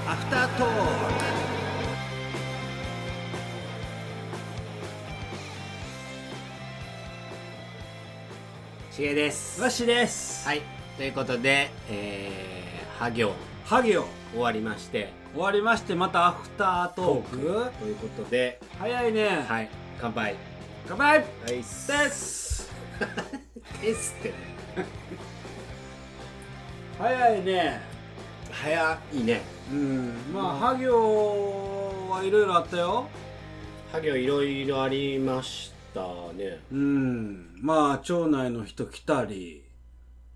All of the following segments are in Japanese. トしげですわしですはいということでえー、ハ行ハゲを終わりまして終わりましてまたアフタートークということで早いねいはい乾杯乾杯はいでですですって早いね早いねうんまあハゲはいろいろあったよハ行いろいろありましたねうんまあ町内の人来たり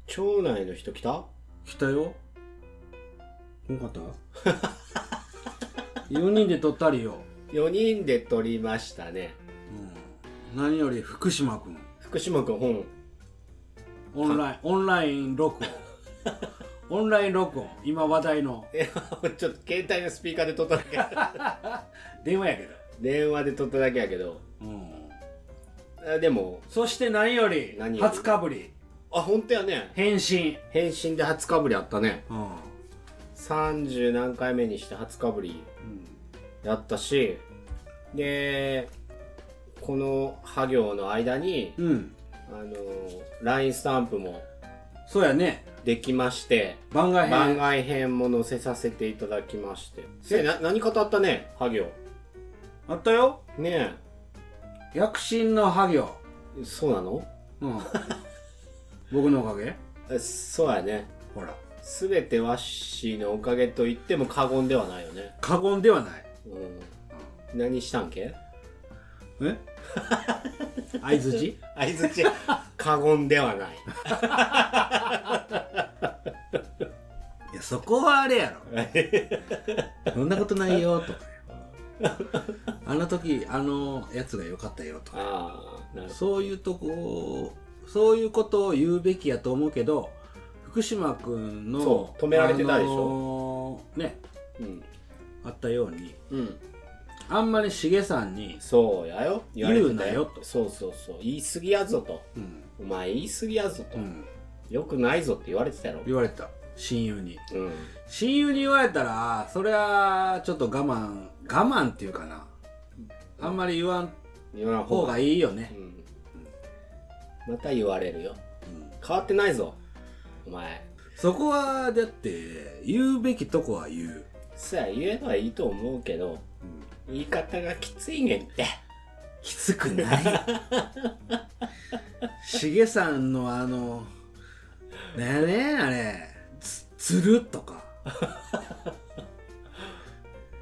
町内の人来た来たよよかった4人で撮ったりよ、 4人で撮りましたねうん、何より福島君福島君本オンラインオンライン録音オンライン録音今話題のえちょっと携帯のスピーカーで撮っただけ電話やけど、電話で撮っただけやけどうん、あでもそして何より何より初かぶりあ本当やね返信、返信で初かぶりあったねうん30何回目にして初かぶりやったしでこのハ行の間にうん、うん、あの LINE スタンプもそうやねできまして番外編番外編も載せさせていただきましてせな何語ったねハ行あったよね躍進のハ行、えそうなの うん、僕のおかげえそうやねほら全てワッシーのおかげと言っても過言ではないよね、過言ではないうん、何したんけえ相づち 相 づち過言ではない いやそこはあれやろそんなことないよとかあの時あのやつが良かったよとかああなるほそういうとこそういうことを言うべきやと思うけど福島君のそう止められてたでしょょ、あのーねどうん、あったようにうん、あんまりしげさんに、そうやよ言われてた言うなよとそうそうそう言い過ぎやぞとうんお前言い過ぎやぞと、うん、よくないぞって言われてたやろ言われた親友にうん親友に言われたらそりゃちょっと我慢我慢っていうかなあんまり言わん言わん方方ががいいようね、ん、また言われるようん変わってないぞお前そこはだって言うべきとこは言う、さあ言えばいいと思うけど言い方がきついねんってきつくないしげさんのあのねえねえあれつつるとか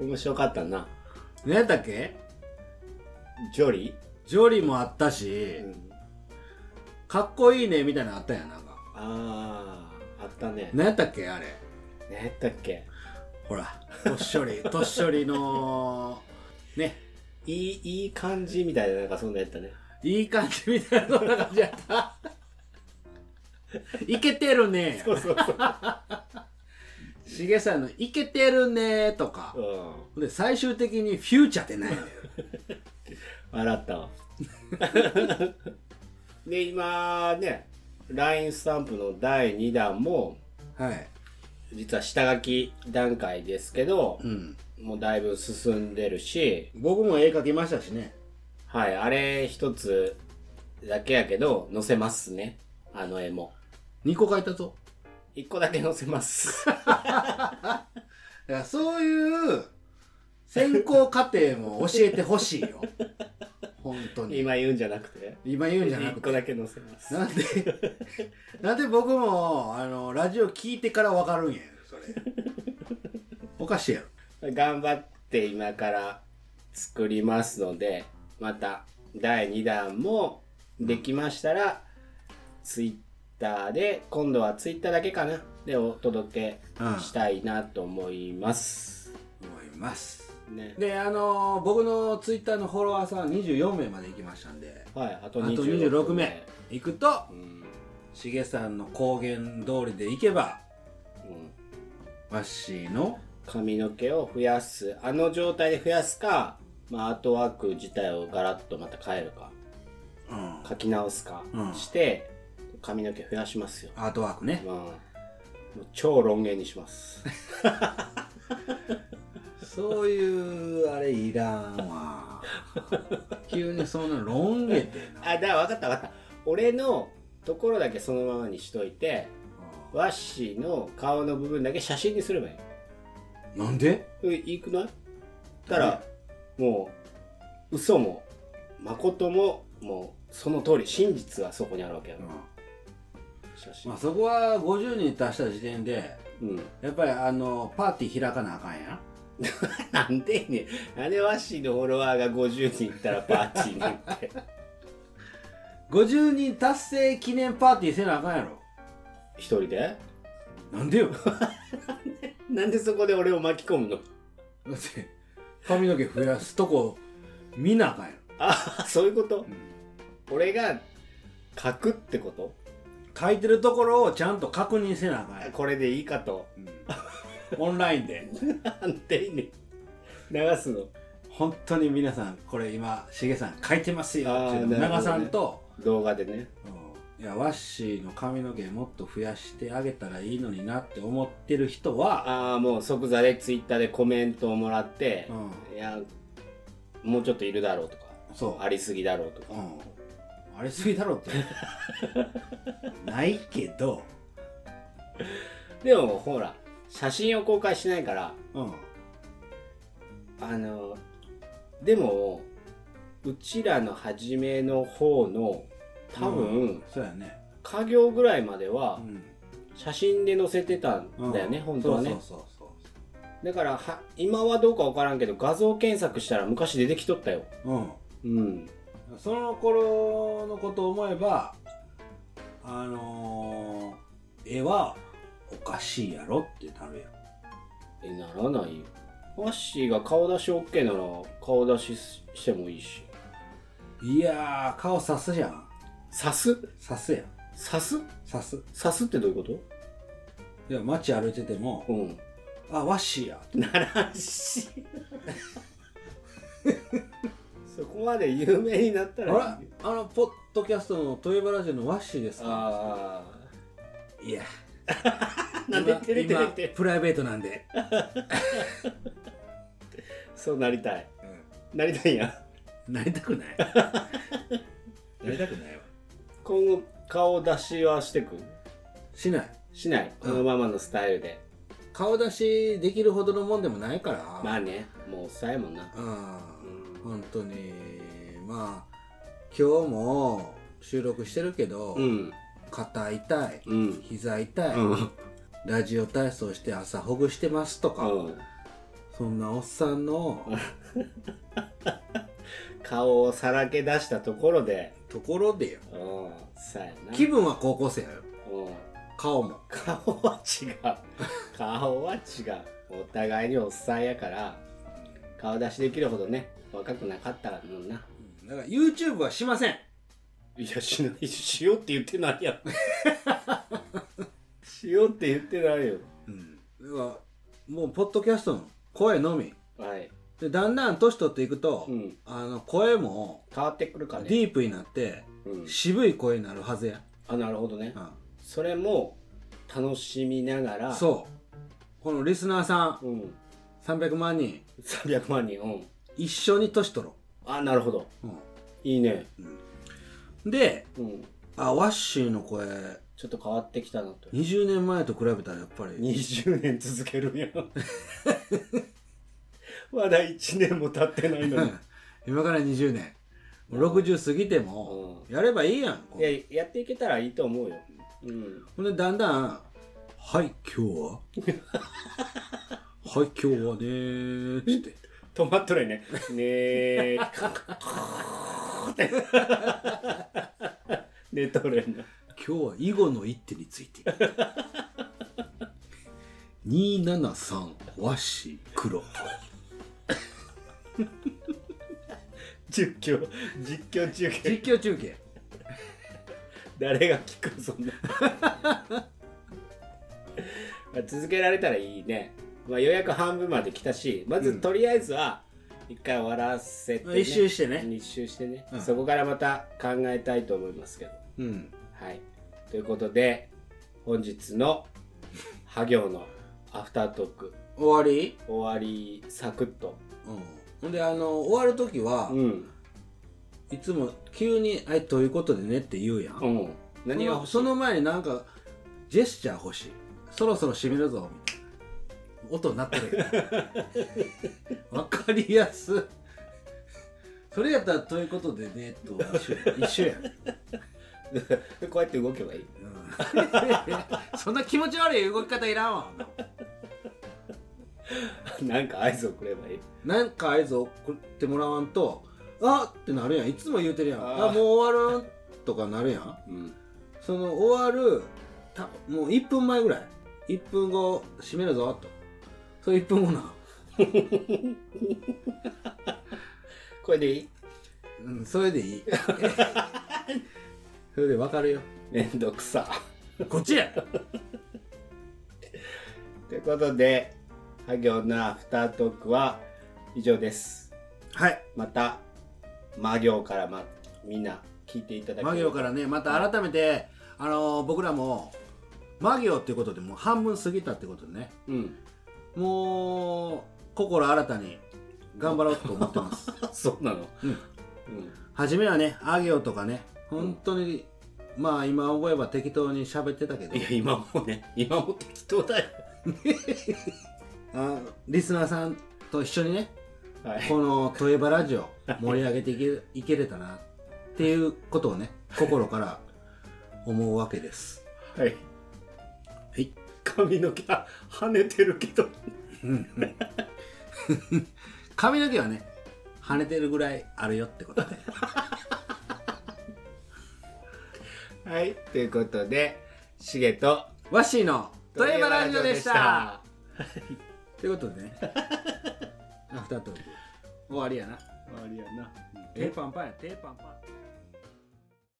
面白かったな何やったっけジョリジョリもあったー、し、ん、かっこいいねみたいなのあったやんなんかあああったね何やったっけあれ何やったっけほらとっしょりとっしょりのねいいいい感じみたいななんかそんなやったねいい感じみたいなそんな感じやったいけてるねそうそうそう、しげさんの「イケてるね」とか、で最終的に「フューチャー」ってないんだようん、笑ったわ で今ね LINE スタンプの第2弾もはい実は下書き段階ですけど、うんもうだいぶ進んでるし僕も絵描きましたしねはいあれ一つだけやけど載せますねあの絵も2個描いたぞ一個だけ載せま すだからそういう選考過程も教えてほしいよ本当に今今言うんじゃなくて言うんじゃなく一個だてけ載せますなんでなんで僕もあのラジオ聞いてから分かるんやそれおかしいやろ頑張って今から作りますのでまた第2弾もできましたら、ツイッターで今度はツイッターだけかなでお届けしたいなと思います、思いますねであの僕のツイッターのフォロワーさん24名まで行きましたんではいあとあと26 26名名行くとうん、うんしげさんの高原通りで行けばワッシーの髪の毛を増やすあの状態で増やすか、まあ、アートワーク自体をガラッとまた変えるかうん書き直すかうんして、髪の毛増やしますよアートワークねまあ、もう超論言にします。そういうあれいらんわ急にそんなロン毛ってな あだから分かった分かった俺のところだけそのままにしといてワッシーの顔の部分だけ写真にすればい いなんでえいいくないたら、もう嘘も誠ももうその通り真実はそこにあるわけやうろ、ん写真まあ、そこは50人達した時点でうんやっぱりあのパーティー開かなあかんやん なんでやねんなんでワッシーのフォロワーが50人いったらパーティーに行って50人達成記念パーティーせなあかんやろ一人でなん でよなんでそこで俺を巻き込むのだって髪の毛増やすとこ見なあかんやああそういうことろ、俺が書くってこと書いてるところをちゃんと確認せなあかんやろ、これでいいかとオンラインでなんでやねん流すの本当に皆さんこれ今しげさん書いてますよっていうのをあーなるほどね長さんと、動画でねうんいやワッシーの髪の毛もっと増やしてあげたらいいのになって思ってる人は、ああもう即座でツイッターでコメントをもらって、ういやもうちょっといるだろうとかん、そうありすぎだろうとかうん、あれすぎだろって ないけど、でもほら写真を公開しないからうん、あのでもうちらの初めの方の多分、うんそうやね、家業ぐらいまでうはん写真で載せてたんだよね、うん本当はねそうそうそうだからは今はどうかわからんけど画像検索したら昔出てきとったよそううんうんその頃のことを思えばあのー、絵はおかしいやろってなるやんえならないよワッシーが顔出し OK なら顔出しししてもいいしいやー顔さすじゃん刺すさすやん刺すさす刺すってどういうこでも街歩いててもとうん「あワッシーや」ならんし そこまで有名になったあられあのポッドキャストの豊原ラジオのワッシーですかあいやあなんで照れて今れ今てプライベートなんで そうなりたいなりたいんやなりたく ないなりたくないわ今後顔出しはしてくしないしないこうんのままのスタイルで、顔出しできるほどのもんでもないから、まあねもうおっさんやもんなうん本当にまあ今日も収録してるけど、うん肩痛いうん膝痛い、うんラジオ体操して朝ほぐしてますとか、うんそんなおっさんの顔をさらけ出したところでところでようんさやな気分は高校生やようん顔も顔は違う顔は違うお互いにおっさんやから顔出しできるほどね若くなかったもんなうんだから YouTube はしませんいやしないしようって言ってないやん しようって言ってないようんだからもうポッドキャストの声のみはい、でだんだん年取っていくと、うん、あの声も変わってくるかデねィープになってうん、渋い声になるはずや、あなるほどねうんそれも楽しみながらそうこのリスナーさう、うん、ん300万人300万人うん一緒に年取ろあなるほどう、いいね、うん、でうん、あワッシーの声ちょっと変わってきたなと20年前と比べたらやっぱり20年続けるんや まだ1年も経ってないのに今から20年もう60過ぎてもやればいいやんこういややっていけたらいいと思うよ、うん、ほんでだんだん「はい今日は? 」「はい今日はねー」っつって止まっとるよねねえ カーって寝とるやんな「今日は囲碁の一手について」273和紙黒実況実況中継実況中継誰が聞くそんな まあ続けられたらいいね、まあ、ようやく半分まで来たしまうずんとりあえずは一回終わらせて、ね、一周してね一周してね、うんそこからまた考えたいと思いますけどうんはいということで本日の「ハ行のアフタートーク終わり終わりサクッとうんほんであの終わる時は、うんいつも急に「はいということでね」って言うやん、うん何が 欲しいそのその前になんかジェスチャー欲しいそろそろ閉めるぞみたいな音になってるや んわかりやすいそれやったらということでねと一緒や一緒やん、こうやって動けばいいうん そんな気持ち悪い動き方いらんわ なんか合図をくればいいなんか合図を送ってもらわんとあっってなるやんいつも言うてるやんあーあもう終わるんとかなるやんうんその終わるたもう1分前ぐらい1分後閉めるぞとそれ1分後な、これでいいうん、それでいい それで分かるよめんどくさこっちやということで「ハ行のアフタートーク」は以上ですはいまた魔行からまみんな聞いていただけマ行かららねまた改めてあのー僕らもマ行っていうことでもう半分過ぎたってことでねうんもう心新たに頑張ろうと思ってます あ そうなのうんうん初めはねあ行とかね本当に、まあ今思えば適当に喋ってたけどいや今もうね 今も適当だよあリスナーさんと一緒にねはいこの「トエバラジオ」盛り上げていけいけれたなっていうことをね心から思うわけですはいはい髪の毛あ跳ねてるけど髪の毛はね跳ねてるぐらいあるよってことではいということでしげとワッシーの「トエバラジオ」でしたはということでねアフタートーク終わりやない終わりやな手パンパンや手パンパン